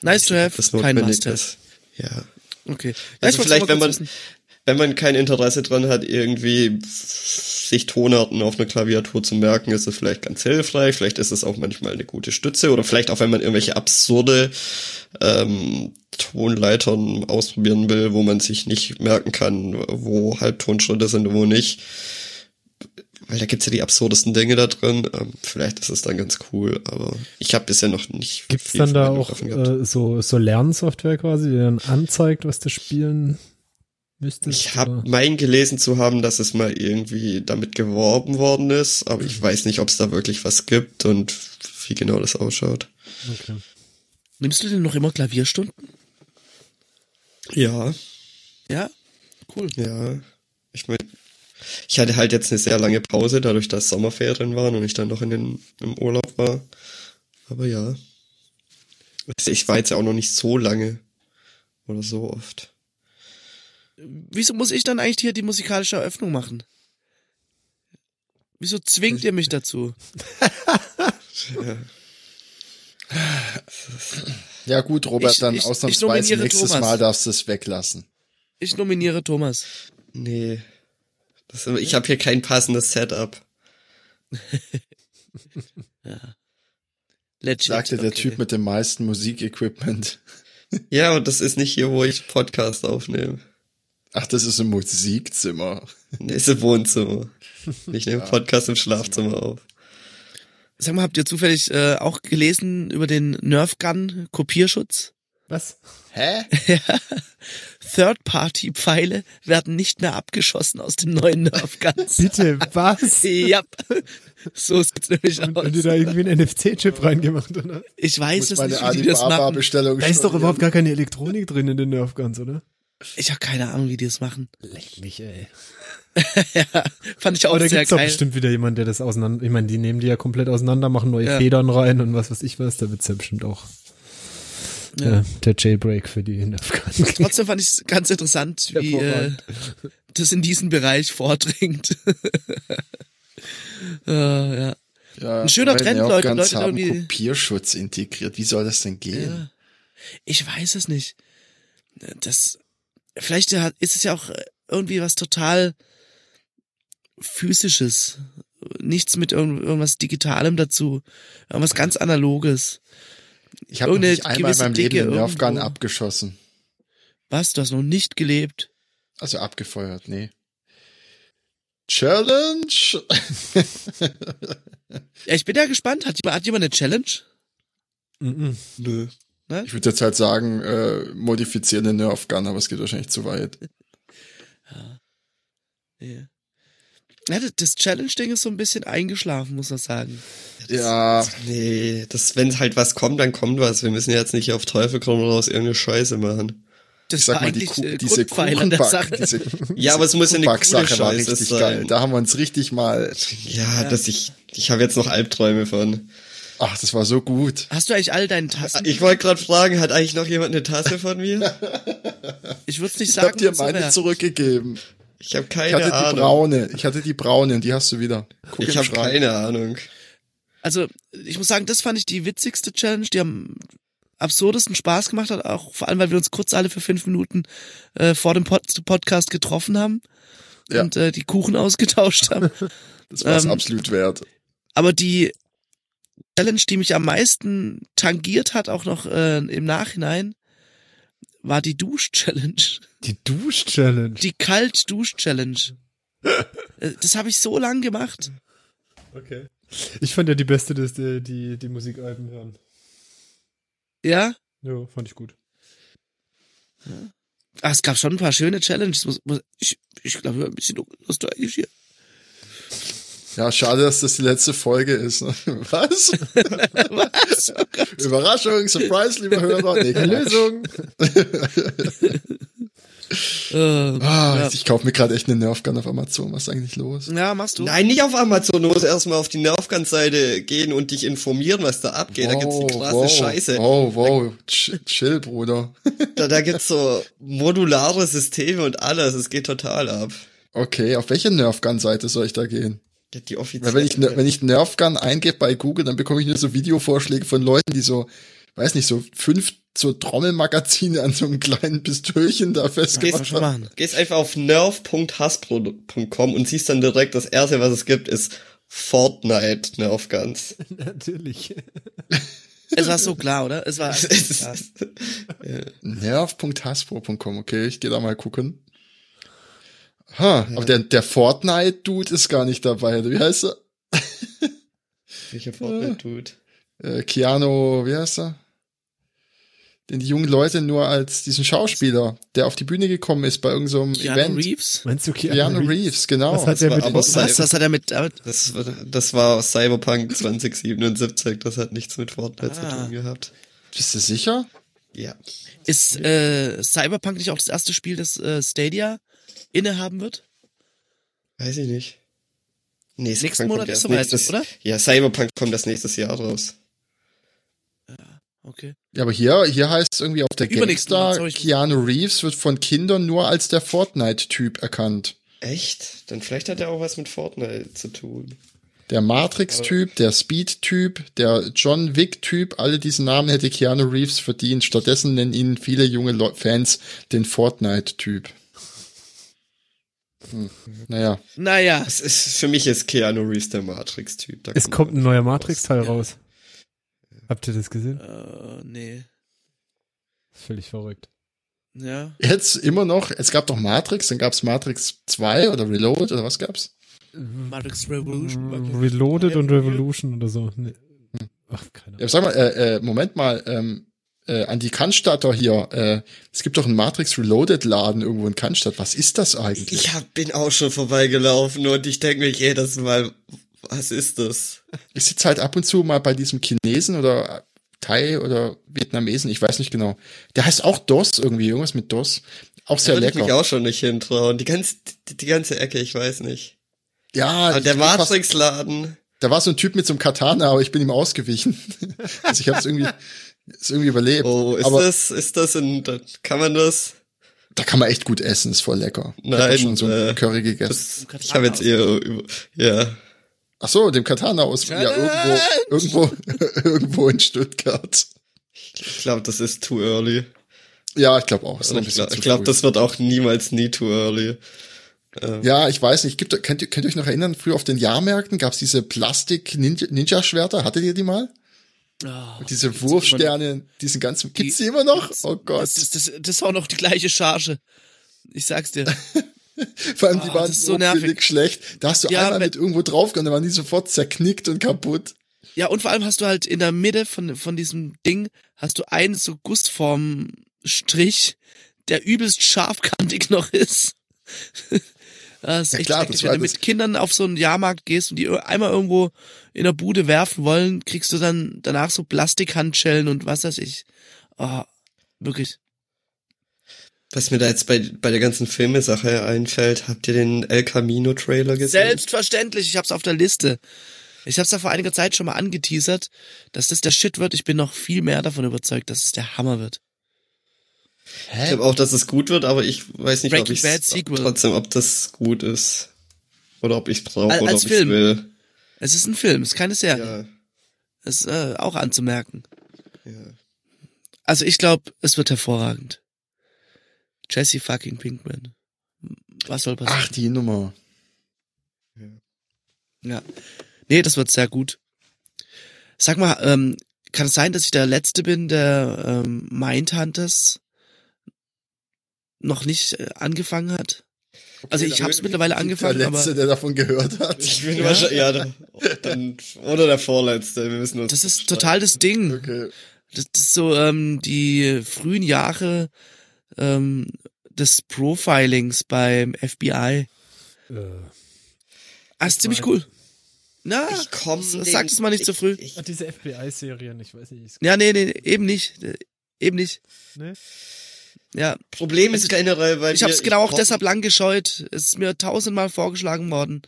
Nice to have, das kein notwendig must have. ist. Ja. Okay. Ja, ich Also wollte vielleicht, mal wenn man, kurz wissen. wenn man kein Interesse dran hat, irgendwie sich Tonarten auf einer Klaviatur zu merken, ist es vielleicht ganz hilfreich. Vielleicht ist es auch manchmal eine gute Stütze oder vielleicht auch, wenn man irgendwelche absurde ähm, Tonleitern ausprobieren will, wo man sich nicht merken kann, wo Halbtonschritte sind und wo nicht. Weil da gibt's ja die absurdesten Dinge da drin. Ähm, vielleicht ist es dann ganz cool, aber ich habe bisher noch nicht. Gibt's viel dann da Verwendung auch davon gehabt. äh, so, so Lernsoftware quasi, die dann anzeigt, was du spielen müsstest? Ich habe oder? mein gelesen zu haben, dass es mal irgendwie damit geworben worden ist, aber ich weiß nicht, ob es da wirklich was gibt und wie genau das ausschaut. Okay. Nimmst du denn noch immer Klavierstunden? Ja, Ja? Cool. ja. Ich mein, ich hatte halt jetzt eine sehr lange Pause, dadurch, dass Sommerferien waren und ich dann noch in den, im Urlaub war. Aber ja. Ich war jetzt ja auch noch nicht so lange oder so oft. Wieso muss ich dann eigentlich hier die musikalische Eröffnung machen? Wieso zwingt ihr mich dazu? Ja gut, Robert, Ich- dann ich- ich ausnahmsweise nominiere nächstes Thomas. Mal darfst du es weglassen. Ich nominiere Thomas. Nee. Das, ich habe hier kein passendes Setup. Legit. Sagte der okay. Typ mit dem meisten Musikequipment. Ja, und das ist nicht hier, wo ich Podcast aufnehme. Ach, das ist ein Musikzimmer. Nee, ist im Wohnzimmer. Ich nehme Podcast im Schlafzimmer auf. Sag mal, habt ihr zufällig äh, auch gelesen über den Nerf Gun Kopierschutz? Was? Hä? Third-Party-Pfeile werden nicht mehr abgeschossen aus dem neuen Nerf Guns. Bitte, was? ja, so sieht's nämlich Und, und du da aus. irgendwie einen NFC-Chip reingemacht, oder? Ich weiß Muss es meine nicht, wie die das machen. Alibaba-Bestellung Da ist doch stornieren. überhaupt gar keine Elektronik drin in den Nerf Guns, oder? Ich habe keine Ahnung, wie die das machen. Leck mich, ey. ja, fand ich auch Aber Oh, da sehr gibt's doch geil. bestimmt wieder jemand, der das auseinander, ich meine, die nehmen die ja komplett auseinander, machen neue Ja. Federn rein und was weiß ich was, da wird's ja bestimmt auch Ja. äh, der Jailbreak für die Nerf Guns. Trotzdem fand ich es ganz interessant, wie äh, Hervorragend. das in diesen Bereich vordringt. äh, ja. Ja, Ein schöner weil Trend, Nerf Leute, Guns Leute, haben irgendwie- Kopierschutz integriert. Wie soll das denn gehen? Ja. Ich weiß es nicht. Das, vielleicht hat- ist es ja auch äh, irgendwie was total physisches. Nichts mit irgend- irgendwas Digitalem dazu. Irgendwas ganz Analoges. Ich habe noch Irgendeine nicht einmal in oh gewisse meinem Leben Dicke einen Nerf Gun irgendwo. abgeschossen. Was? Du hast noch nicht gelebt? Also abgefeuert, nee. Challenge? Ja, ich bin ja gespannt. Hat jemand, hat jemand eine Challenge? Mhm. Nö. Ich würde jetzt halt sagen, äh, modifizieren den Nerf Gun, aber es geht wahrscheinlich zu weit. Ja. Ja, das- das Challenge-Ding ist so ein bisschen eingeschlafen, muss man sagen. Ja, Nee, das, wenn halt was kommt, dann kommt was. Wir müssen jetzt nicht auf Teufel komm raus irgendeine Scheiße machen. Das ich sag war mal, die eigentlich, Kuh, äh, diese Grundpfeiler der Kuchenback, Sache. diese Ja, aber es muss ja eine coole Kuchenback-Sache war Scheiße richtig sein. geil. Da haben wir uns richtig mal, Ja, dass ich, ich habe jetzt noch Albträume von. ach, das war so gut. Hast du eigentlich all deine Tassen? Ich wollte gerade fragen, hat eigentlich noch jemand eine Tasse von mir? Ich würde nicht Ich sagen, hab dir wenn's so meine wär. zurückgegeben. Ich habe Ich keine hatte die Ahnung. braune, ich hatte die braune und die hast du wieder. Guck Ich im habe Schrank. keine Ahnung. Also, ich muss sagen, das fand ich die witzigste Challenge, die am absurdesten Spaß gemacht hat, auch vor allem, weil wir uns kurz alle für fünf Minuten äh, vor dem Pod Podcast getroffen haben Ja. und äh, die Kuchen ausgetauscht haben. Das war's Ähm, absolut wert. Aber die Challenge, die mich am meisten tangiert hat, auch noch äh, im Nachhinein, war die Dusch-Challenge. Die Dusch-Challenge. Die Kalt-Dusch-Challenge. Äh, das habe ich so lang gemacht. Okay. Ich fand ja die beste, dass die, die, die Musikalben hören. Ja? Ja, fand ich gut. Ah, es gab schon ein paar schöne Challenges. Muss- muss- Ich, ich glaube, wir haben ein bisschen nostalgisch hier. Ja, schade, dass das die letzte Folge ist. ne? Was? Was? Überraschung, Surprise, liebe Hörer. Nee, Lösung. Ähm, Ah, ja. Ich kaufe mir gerade echt eine Nerf Gun auf Amazon. Was ist eigentlich los? ja, machst du. Nein, nicht auf Amazon. Du musst erstmal auf die Nerfgun-Seite gehen und dich informieren, was da abgeht. da gibt's die krasse wow, Scheiße. Wow, wow. Ch- Chill, Bruder. Da, da gibt's so modulare Systeme und alles. Es geht total ab. Okay, auf welche Nerf Gun Seite soll ich da gehen? Ja, Die Weil offizielle. wenn ich, ne- wenn ich Nerf Gun eingebe bei Google, dann bekomme ich nur so Videovorschläge von Leuten, die so, weiß nicht, so fünf so Trommelmagazine an so einem kleinen Pistölchen da Kann man festgemacht schon machen. Gehst einfach auf nerf.hasbro.com und siehst dann direkt, das erste, was es gibt, ist Fortnite ne, Nerf Guns. Natürlich. Es war so klar, oder? Es war. Es ist- Ja. Nerv.hasbro.com, okay, ich gehe da mal gucken. Ha, aber der, der Fortnite-Dude ist gar nicht dabei. Wie heißt er? Welcher Fortnite Dude? Äh, Keanu, wie heißt er? Den die jungen Leute nur als diesen Schauspieler, der auf die Bühne gekommen ist bei irgendeinem Keanu Event. Reeves? Meinst du Keanu, Keanu Reeves, genau. Was hat der Oh, war mit aber- uns? Was? Was hat er mit. aber- Das, war- das war Cyberpunk 2077, das hat nichts mit Fortnite zu Ah. tun gehabt. Bist du sicher? Ja. Ist äh, Cyberpunk nicht auch das erste Spiel, das äh, Stadia innehaben wird? Weiß ich nicht. Nee, Nächsten Cyberpunk Monat ist kommt erst soweit, nächstes- oder? Ja, Cyberpunk kommt das nächstes Jahr raus. Okay. Ja, aber hier, hier heißt es irgendwie auf der Übernächsten Monat, GameStar, sorry. Keanu Reeves wird von Kindern nur als der Fortnite-Typ erkannt. Echt? Dann vielleicht hat er auch was mit Fortnite zu tun. Der Äh. Matrix-Typ, der Speed-Typ, der John Wick-Typ, alle diese Namen hätte Keanu Reeves verdient. Stattdessen nennen ihn viele junge Leu- Fans den Fortnite-Typ. Hm. Naja, Naja. Es ist, für mich ist Keanu Reeves der Matrix-Typ. Da Es kommt ein neuer Matrix-Teil raus. Habt ihr das gesehen? Äh, nee. Völlig verrückt. Ja. jetzt immer noch, es gab doch Matrix, dann gab's Matrix 2 oder Reload oder was gab's? Matrix Revolution. Reloaded und Revolution oder so. Nee. Ach, keine Ja, Ahnung. sag mal, äh, äh, Moment mal, ähm, äh, an die Cannstatter hier. Äh, es gibt doch einen Matrix Reloaded Laden irgendwo in Cannstatt. Was ist das eigentlich? Ich hab, bin auch schon vorbeigelaufen und ich denke mir jedes Mal, was ist das? Ich sitze halt ab und zu mal bei diesem Chinesen oder Thai oder Vietnamesen, ich weiß nicht genau. Der heißt auch DOS irgendwie, irgendwas mit DOS. Auch Da sehr würde ich mich lecker. auch schon nicht hintrauen. Die ganze, die, die ganze Ecke, ich weiß nicht. Ja, Aber Ah, ich der bin fast- Matrix-Laden, Da war so ein Typ mit so einem Katana, aber ich bin ihm ausgewichen. also ich habe es irgendwie, es irgendwie überlebt. oh, ist aber das, ist das in, da- kann man das? da kann man echt gut essen, ist voll lecker. ich hab Nein, auch schon so einen äh, Curry gegessen. das ich habe jetzt eher, über, ja. Ach so, dem Katana aus ja, irgendwo, irgendwo, irgendwo in Stuttgart. Ich glaube, das ist too early. Ja, ich glaube auch. Ist noch ein Ich bisschen glaube, zu glaub, früh. das wird auch niemals nie too early. Ja, ich weiß nicht. Gibt, könnt, ihr- könnt ihr euch noch erinnern? Früher auf den Jahrmärkten gab's diese Plastik-Ninja-Schwerter. Hattet ihr die mal? Ah, Und diese Wurfsterne, diesen ganzen. Gibt's die immer noch? Oh Gott. Das, das, das, das ist auch noch die gleiche Charge. Ich sag's dir. Vor allem, die Ah, waren das ist so, so nervig. billig schlecht. Da hast du Ja, einmal wenn- mit irgendwo draufgegangen, dann waren die sofort zerknickt und kaputt. Ja, und vor allem hast du halt in der Mitte von, von diesem Ding, hast du einen so Gussformstrich, der übelst scharfkantig noch ist. Das ist Ja, echt klar, schrecklich. das Wenn war du mit das- Kindern auf so einen Jahrmarkt gehst und die einmal irgendwo in der Bude werfen wollen, kriegst du dann danach so Plastikhandschellen und was weiß ich. Ah, wirklich. Was mir da jetzt bei, bei der ganzen Filmesache einfällt, habt ihr den El Camino Trailer gesehen? Selbstverständlich, ich hab's auf der Liste. Ich hab's da vor einiger Zeit schon mal angeteasert, dass das der Shit wird. Ich bin noch viel mehr davon überzeugt, dass es der Hammer wird. Ich glaube auch, dass es gut wird, aber ich weiß nicht, ob Breaking ich Bad Sequel. trotzdem, ob das gut ist. Oder ob ich brauche Al- oder als ob ich Film. will. Es ist ein Film, es ist keine Serie. Ja, Das ist äh, auch anzumerken. ja. Also ich glaube, es wird hervorragend. Jesse fucking Pinkman. Was soll passieren? Ach, die Nummer. Ja. Nee, das wird sehr gut. Sag mal, ähm, kann es sein, dass ich der Letzte bin, der ähm, Mindhunters noch nicht äh, angefangen hat? Also ich habe es mittlerweile Der angefangen, Letzte, aber der davon gehört hat. Ich bin wahrscheinlich, ja, dann, dann, oder der Vorletzte, wir müssen uns. das ist total das Ding. Okay. Das ist so ähm, die frühen Jahre ähm, des Profilings beim FBI. Äh, Ah, ist ziemlich cool. Na, Ich komm sag den- das mal nicht zu früh. Ich, Ah, diese FBI-Serien, ich weiß nicht. ist- Ja, nee, nee, eben nicht. Äh, Eben nicht. Ne? Ja. Problem ist Also, generell, weil Ich hab's wir- genau auch komm- deshalb lang gescheut. Es ist mir tausendmal vorgeschlagen worden.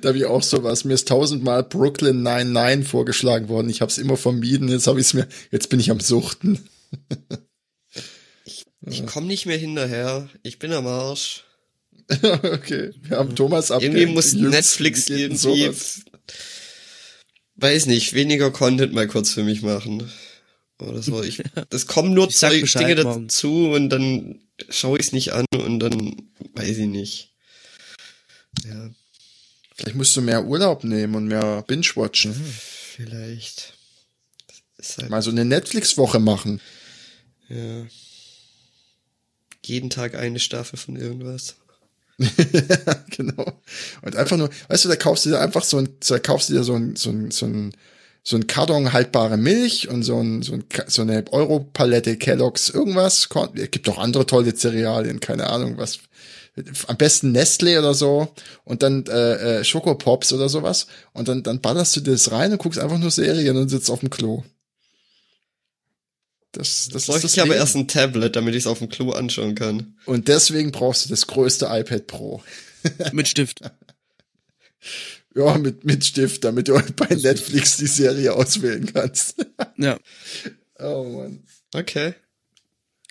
Da habe ich auch sowas. Mir ist tausendmal Brooklyn 99 vorgeschlagen worden. Ich habe es immer vermieden. Jetzt habe ich es mir. Jetzt bin ich am Suchten. Ich komme nicht mehr hinterher. Ich bin am Arsch. okay. Wir haben Thomas abgehängt. Irgendwie muss Jüngst, Netflix wie geht denn irgendwie, sowas? weiß nicht, weniger Content mal kurz für mich machen. Oder so. Ich, das kommen nur Ich sag Zeug, Bescheid Dinge morgen. dazu und dann schaue ich es nicht an und dann weiß ich nicht. Ja, Vielleicht musst du mehr Urlaub nehmen und mehr Binge-Watchen. vielleicht. Ist halt, Mal so eine Netflix-Woche machen. ja. Jeden Tag eine Staffel von irgendwas. genau. Und einfach nur, weißt du, da kaufst du dir einfach so ein, da kaufst du dir so ein, so ein, so ein, so ein Karton haltbare Milch und so ein, so, ein, Ka- so eine Europalette Kellogg's irgendwas. Korn- Es gibt auch andere tolle Cerealien, keine Ahnung was. Am besten Nestle oder so und dann äh, äh, Schokopops oder sowas und dann dann ballerst du dir das rein und guckst einfach nur Serien und sitzt auf dem Klo. Das, das ist Bräuchte das ich aber Leben. erst ein Tablet, damit ich es auf dem Klo anschauen kann. Und deswegen brauchst du das größte iPad Pro. Mit Stift. Ja, mit, mit Stift, damit du halt bei Netflix die Serie auswählen kannst. Ja. Oh Mann. Okay.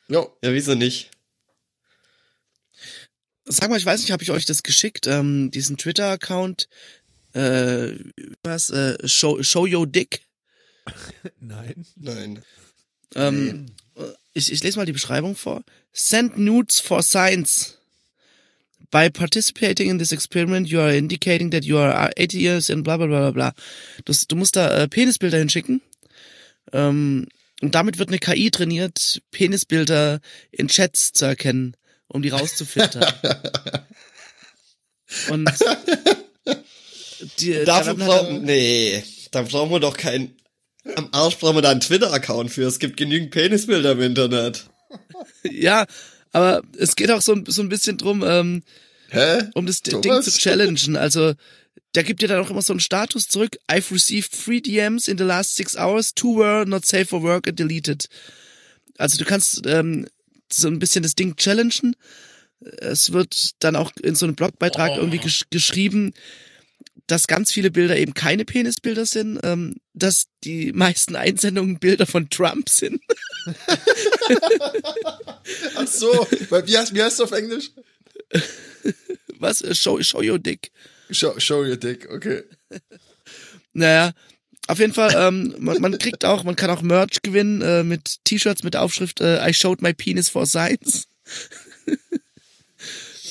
Jo, Ja, wieso nicht? Sag mal, ich weiß nicht, habe ich euch das geschickt? Ähm, diesen Twitter-Account, äh, was, äh, show, show Your Dick. Nein. Nein. Ähm, ich, ich lese mal die Beschreibung vor. Send nudes for science. By participating in this experiment, you are indicating that you are 80 years and bla bla bla bla bla. Das, du musst da äh, Penisbilder hinschicken. Ähm, und damit wird eine KI trainiert, Penisbilder in Chats zu erkennen, um die rauszufiltern. und äh, die, Dafür daran hat er- brauchen, nee, da brauchen wir doch kein Am Arsch brauchen wir da einen Twitter-Account für. Es gibt genügend Penisbilder im Internet. Ja, aber es geht auch so, ein- so ein bisschen drum, ähm, Hä? um das D- Thomas? Ding zu challengen. Also, da gibt dir dann auch immer so einen Status zurück. I've received three DMs in the last six hours. Two were not safe for work and deleted. Also, du kannst ähm, so ein bisschen das Ding challengen. Es wird dann auch in so einem Blogbeitrag irgendwie gesch geschrieben, dass ganz viele Bilder eben keine Penisbilder sind, ähm, dass die meisten Einsendungen Bilder von Trump sind. Ach so, weil- wie heißt, wie heißt es auf Englisch? Was? Äh, Show, show your dick. Show, show your dick, okay. Naja, auf jeden Fall, ähm, man, man kriegt auch, man kann auch Merch gewinnen äh, mit T-Shirts mit der Aufschrift äh, I showed my penis for science.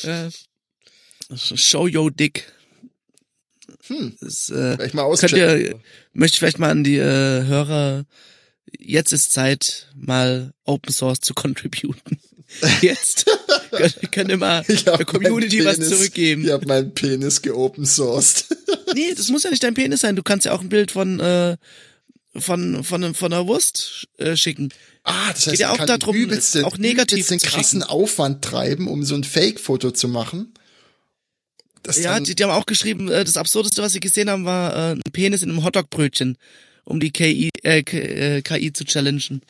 äh, show your dick. Hm. Das, äh, Werde ich mal könnt auschecken. ihr, möchte ich vielleicht mal an die äh, Hörer, jetzt ist Zeit, mal Open Source zu contributen. Jetzt könnt, könnt ihr mal Ich hab der Community meinen was Penis- zurückgeben. Ich habe meinen Penis geopen sourced. Nee, das muss ja nicht dein Penis sein. Du kannst ja auch ein Bild von äh, von von von einer Wurst äh, schicken. Ah, das Geht heißt, ja man auch kann darum, übelst den, auch negativ übelst den zu krassen Aufwand treiben, um so ein Fake-Foto zu machen. Das Ja, dann- die, die haben auch geschrieben, äh, das absurdeste, was sie gesehen haben, war äh, ein Penis in einem Hotdog-Brötchen, um die KI äh, K, äh, KI zu challengen.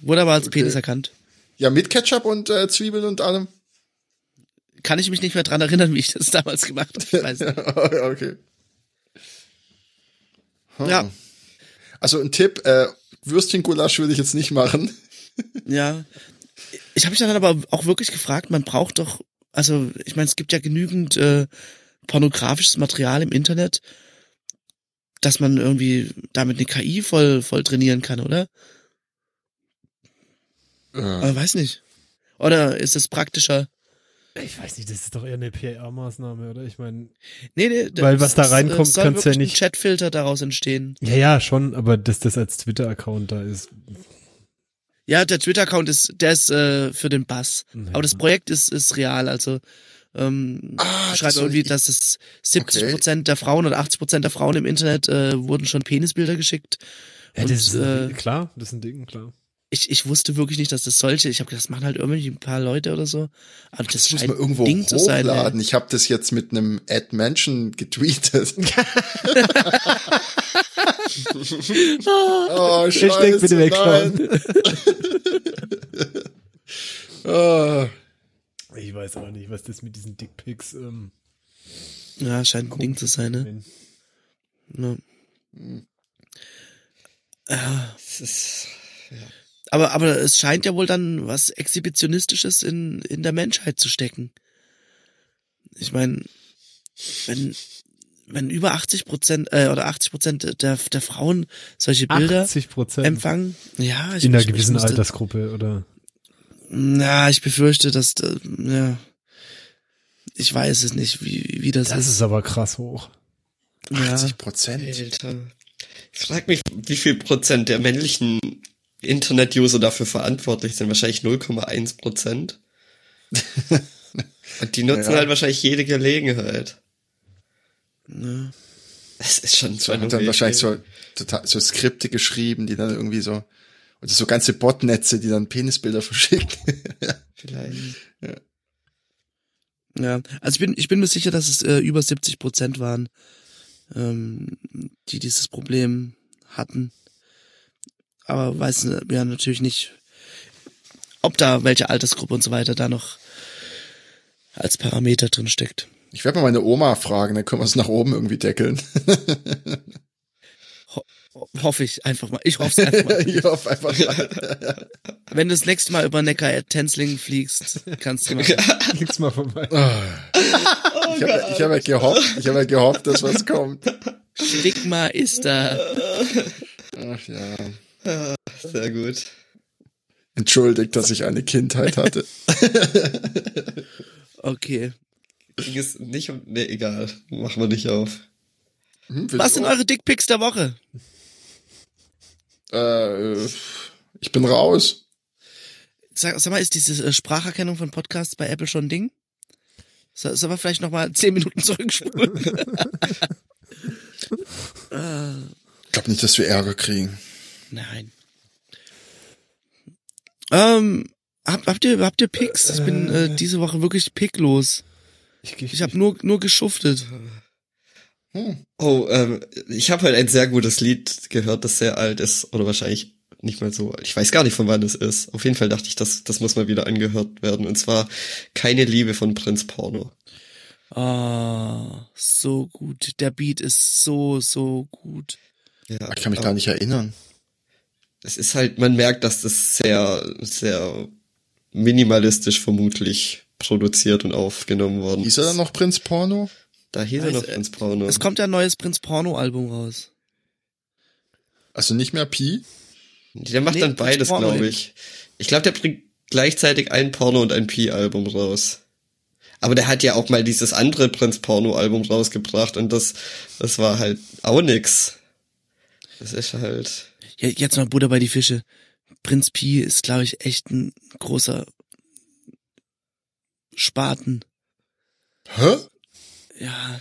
Wurde aber als Penis erkannt. ja mit Ketchup und äh, Zwiebeln und allem. Kann ich mich nicht mehr dran erinnern, wie ich das damals gemacht habe. Ich weiß nicht. okay. Ja, Also ein Tipp, äh, Würstchengulasch würde ich jetzt nicht machen. ja. Ich habe mich dann aber auch wirklich gefragt, man braucht doch, also ich meine, es gibt ja genügend äh, pornografisches Material im Internet, dass man irgendwie damit eine KI voll, voll trainieren kann, oder? Aber weiß nicht. Oder ist es praktischer? Ich weiß nicht, das ist doch eher eine PR-Maßnahme, oder? Ich meine, Nee, nee, Weil das- was da das, äh, reinkommt, soll kannst du ja wirklich nicht- ein Chatfilter daraus entstehen. ja, ja, schon, aber dass das als Twitter-Account da ist. Ja, der Twitter-Account ist, der ist äh, für den Bass. Naja. Aber das Projekt ist, ist real. Also ähm, Ah, das schreibt soll irgendwie, ich- dass es 70 Prozent der Frauen oder 80 Prozent der Frauen im Internet äh, wurden schon Penisbilder geschickt. Ja, Und, das ist äh, klar, das ist ein Ding, klar. Ich, ich wusste wirklich nicht, dass das solche. Ich habe gedacht, das machen halt irgendwelche ein paar Leute oder so. Aber das, Das muss scheint man irgendwo ein Ding zu sein. ey. hochladen. Ich habe das jetzt mit einem Ad Mansion getweetet. oh, Scheiße, Hashtag bitte wegschauen. nein. Ah, Ich weiß auch nicht, was das mit diesen Dickpics. Ähm, Ja, scheint ein Ding zu sein. Ne? wenn- Ja. Das ist, Aber, aber es scheint ja wohl dann was Exhibitionistisches in, in der Menschheit zu stecken. Ich meine, wenn, wenn über 80 Prozent äh, oder 80 Prozent der, der Frauen solche Bilder 80 Prozent empfangen, ja, ich, Äh, in einer ich- ich gewissen musste- Altersgruppe, oder? Na, ich befürchte, dass, da- ja, ich weiß es nicht, wie, wie das, Das ist. ist aber krass hoch. ja. 80 Prozent. Alter. Ich frag mich, wie viel Prozent der männlichen Internet-User dafür verantwortlich sind. Wahrscheinlich 0,1 Prozent. Und die nutzen Ja. halt wahrscheinlich jede Gelegenheit. Ja. Das ist schon Da so hat dann wahrscheinlich so, total, so Skripte geschrieben, die dann irgendwie so, oder so ganze Botnetze, die dann Penisbilder verschicken. Vielleicht. Ja, also ich bin, ich bin mir sicher, dass es äh, über 70 Prozent waren, ähm, die dieses Problem hatten. Aber weiß ne- ja natürlich nicht, ob da welche Altersgruppe und so weiter da noch als Parameter drin steckt. Ich werde mal meine Oma fragen, dann können wir es nach oben irgendwie deckeln. Ho hoffe ich einfach mal. Ich hoffe es einfach mal. ich hoffe einfach mal. Wenn du das nächste Mal über Neckar-Tensling fliegst, kannst du mal. Nix mal vorbei. Ich habe ich hab ja gehofft, ich habe ja gehofft, dass was kommt. Stigma ist da. Ach ja. Sehr gut. Entschuldigt, dass ich eine Kindheit hatte. Okay. Ging es nicht um. Ne, egal. Machen wir nicht auf. Hm, Was willst sind eure Dickpics der Woche? du- äh, äh, ich bin raus. Sag, sag mal, ist diese äh, Spracherkennung von Podcasts bei Apple schon ein Ding? So- Sollen wir vielleicht nochmal zehn Minuten zurückspulen? Äh, glaube nicht, dass wir Ärger kriegen. Nein. Ähm, hab, habt ihr, habt ihr Picks? Ich bin äh, diese Woche wirklich picklos. Ich, Ich habe nur, nur geschuftet. Hm. Oh, ähm, ich habe halt ein sehr gutes Lied gehört, das sehr alt ist. Oder wahrscheinlich nicht mal so alt. Ich weiß gar nicht, von wann es ist. Auf jeden Fall dachte ich, das, das muss mal wieder angehört werden. Und zwar Keine Liebe von Prinz Porno. Ah, so gut. Der Beat ist so, so gut. Ja, Ah, Ich kann mich gar nicht erinnern. Es ist halt, man merkt, dass das sehr, sehr minimalistisch vermutlich produziert und aufgenommen worden Hieß er dann noch Prinz Porno? Da hieß er Es- noch Prinz Porno. Es kommt ja ein neues Prinz Porno Album raus. Also nicht mehr Pi? Der macht Nee, dann Prinz beides, Porno glaube hin. ich. Ich glaube, der bringt gleichzeitig ein Porno und ein Pi-Album raus. Aber der hat ja auch mal dieses andere Prinz Porno-Album rausgebracht und das, das war halt auch nix. Das ist halt. Je- Jetzt mal Buddha bei die Fische. Prinz Pi ist, glaube ich, echt ein großer Spaten. Hä? Ja.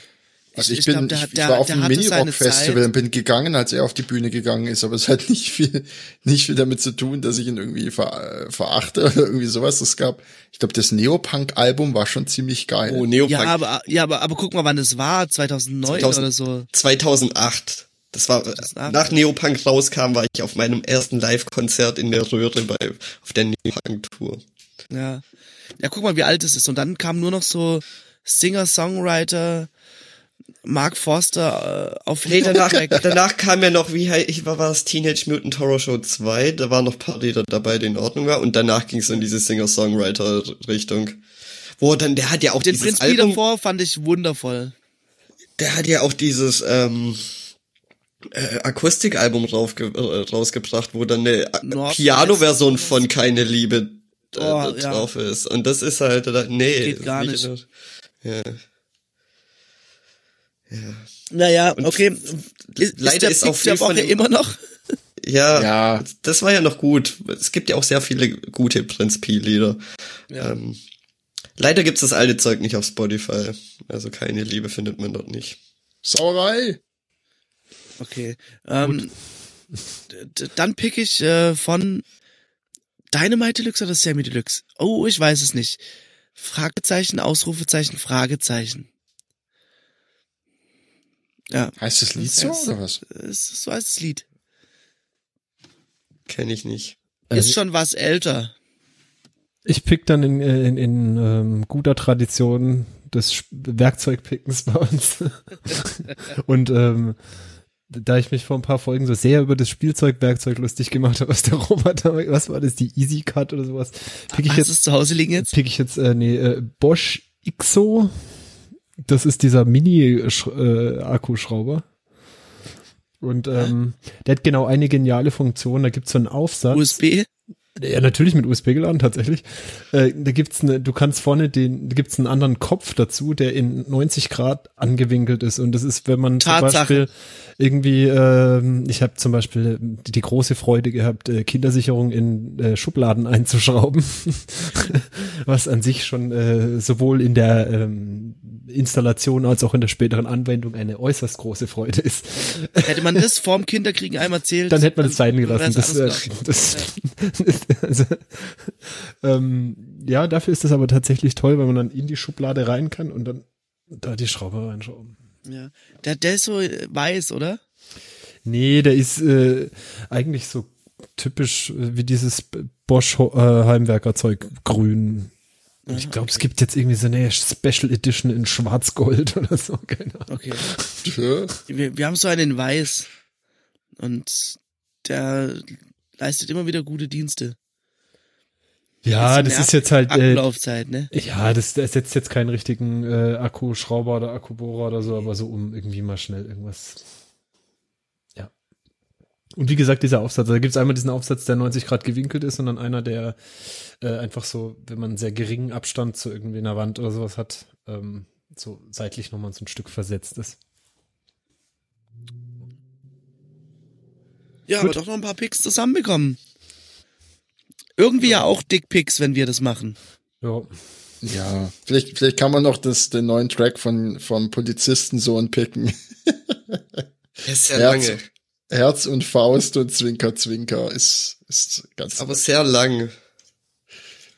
Also ich, bin, ich, ich war auf einem hatte Minirock seine Festival Zeit. und bin gegangen, als er auf die Bühne gegangen ist, aber es hat nicht viel, nicht viel damit zu tun, dass ich ihn irgendwie ver, äh, verachte oder irgendwie sowas. Es gab, ich glaube, das Neopunk-Album war schon ziemlich geil. Oh, Neopunk. Äh, Ja, aber, ja aber, aber guck mal, wann das war. 2009 2000. oder so. 2008. Das war, 2008. nach Neopunk rauskam, war ich auf meinem ersten Live-Konzert in der Röhre bei, auf der Neopunk-Tour. Ja. Ja, guck mal, wie alt es ist. Und dann kam nur noch so Singer, Songwriter, Mark Forster äh, auf Nee, danach, Track. danach kam ja noch, wie hei- ich war, war es Teenage Mutant Horror Show 2, da waren noch ein paar Lieder dabei, die in Ordnung war, und danach ging es in diese Singer-Songwriter-Richtung. Wo dann, der hat ja auch Den dieses Prinz Pi Album, davor fand ich wundervoll. der hat ja auch dieses, ähm, äh, Akustikalbum raufge äh, rausgebracht, wo dann eine A- Nord- Piano-Version von Keine Liebe äh, Oh, ja. drauf ist. Und das ist halt, da, nee. Geht gar ist Ja. Naja, Und okay. Ist, leider ist der ist Pick auch viel der von Woche dem- immer noch. Ja, Ja. das war ja noch gut. Es gibt ja auch sehr viele gute Prinz P-Lieder. Ja. Ähm, leider gibt's das alte Zeug nicht auf Spotify. Also keine Liebe findet man dort nicht. Sauerei! Okay. Ähm, d- dann pick ich äh, von Dynamite Deluxe oder Sammy Deluxe? Oh, ich weiß es nicht. Fragezeichen, Ausrufezeichen, Fragezeichen. Ja, Heißt das Lied so Das- oder was? es ist so heißt das Lied. Kenne ich nicht. Äh, Ist schon was älter. Ich pick dann in, äh, in, in ähm, guter Tradition des Sch- Werkzeugpickens bei uns. Und ähm, da ich mich vor ein paar Folgen so sehr über das Spielzeugwerkzeug lustig gemacht habe, was der Robert, da- was war das, die Easy Cut oder sowas, pick ich Hast jetzt, es zu Hause liegen jetzt? pick ich jetzt, äh, nee, äh, Bosch Ixo. Das ist dieser Mini-Akkuschrauber. Und ähm, der hat genau eine geniale Funktion. Da gibt's so einen Aufsatz. USB? Ja, natürlich mit USB geladen, tatsächlich. Äh, da gibt's eine, du kannst vorne den, da gibt's einen anderen Kopf dazu, der in 90 Grad angewinkelt ist. Und das ist, wenn man zum Tatsache. Beispiel irgendwie, ähm, ich habe zum Beispiel die, die große Freude gehabt, äh, Kindersicherung in äh, Schubladen einzuschrauben, was an sich schon äh, sowohl in der ähm, Installation als auch in der späteren Anwendung eine äußerst große Freude ist. Hätte man das vorm Kinderkriegen einmal erzählt? Dann hätte man es sein gelassen. wär's Das, Also, äh, alles klar. das, also, ähm, ja, dafür ist das aber tatsächlich toll, weil man dann in die Schublade rein kann und dann da die Schraube reinschrauben. ja. der, der ist so äh, weiß, oder? Nee, der ist äh, eigentlich so typisch äh, wie dieses Bosch Ho- äh, Heimwerkerzeug grün. Und ich glaube, es gibt jetzt irgendwie so eine Special Edition in Schwarz-Gold oder so. Keine Ahnung. Okay. Tö. Wir, wir haben so einen in Weiß. Und der leistet immer wieder gute Dienste. Ja, Jetzt das ist nervt jetzt halt äh, Aktenlaufzeit, ne? Ja, das, das setzt jetzt keinen richtigen äh, Akkuschrauber oder Akkubohrer oder so, aber so um irgendwie mal schnell irgendwas. Ja. Und wie gesagt, dieser Aufsatz, da gibt's einmal diesen Aufsatz, der 90 Grad gewinkelt ist und dann einer, der äh, einfach so, wenn man einen sehr geringen Abstand zu irgendwie einer Wand oder sowas hat, ähm, so seitlich nochmal so ein Stück versetzt ist. Ja, aber doch noch ein paar Picks zusammenbekommen. Irgendwie ja auch Dickpics, wenn wir das machen. Ja. Ja. Vielleicht, vielleicht kann man noch das, den neuen Track von, vom Polizistensohn picken. Das ist sehr Ja, lange. so- Herz und Faust und Zwinker, Zwinker ist, ist ganz. Aber sehr lang.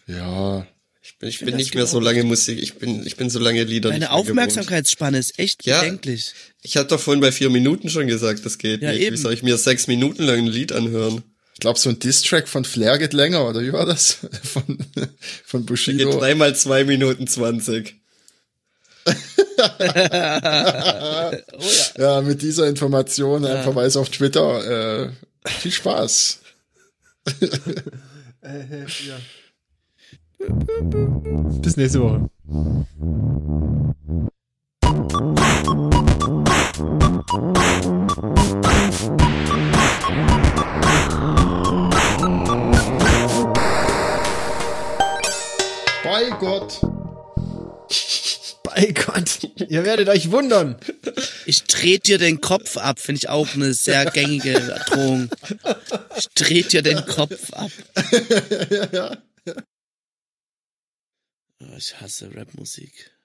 ja, Ich bin, ich bin bin das nicht mehr so gewohnt. lange Musik, ich bin, ich bin so lange Lieder Deine nicht mehr gewohnt. Aufmerksamkeitsspanne ist echt Ja. bedenklich. Ich hatte doch vorhin bei vier Minuten schon gesagt, das geht Ja, nicht. eben. Wie soll ich mir sechs Minuten lang ein Lied anhören? ich glaube, so ein Diss-Track von Flair geht länger, oder wie war das? Von, von Da geht Bushido. dreimal zwei Minuten zwanzig. Oh ja. Ja, mit dieser Information, ein Verweis auf Twitter. Äh, viel Spaß. Bis nächste Woche. Bei Gott. Bei Gott, ihr werdet euch wundern. Ich drehe dir den Kopf ab, finde ich auch eine sehr gängige Drohung. Ich drehe dir den Kopf ab. Oh, Ich Ah, hasse Rapmusik.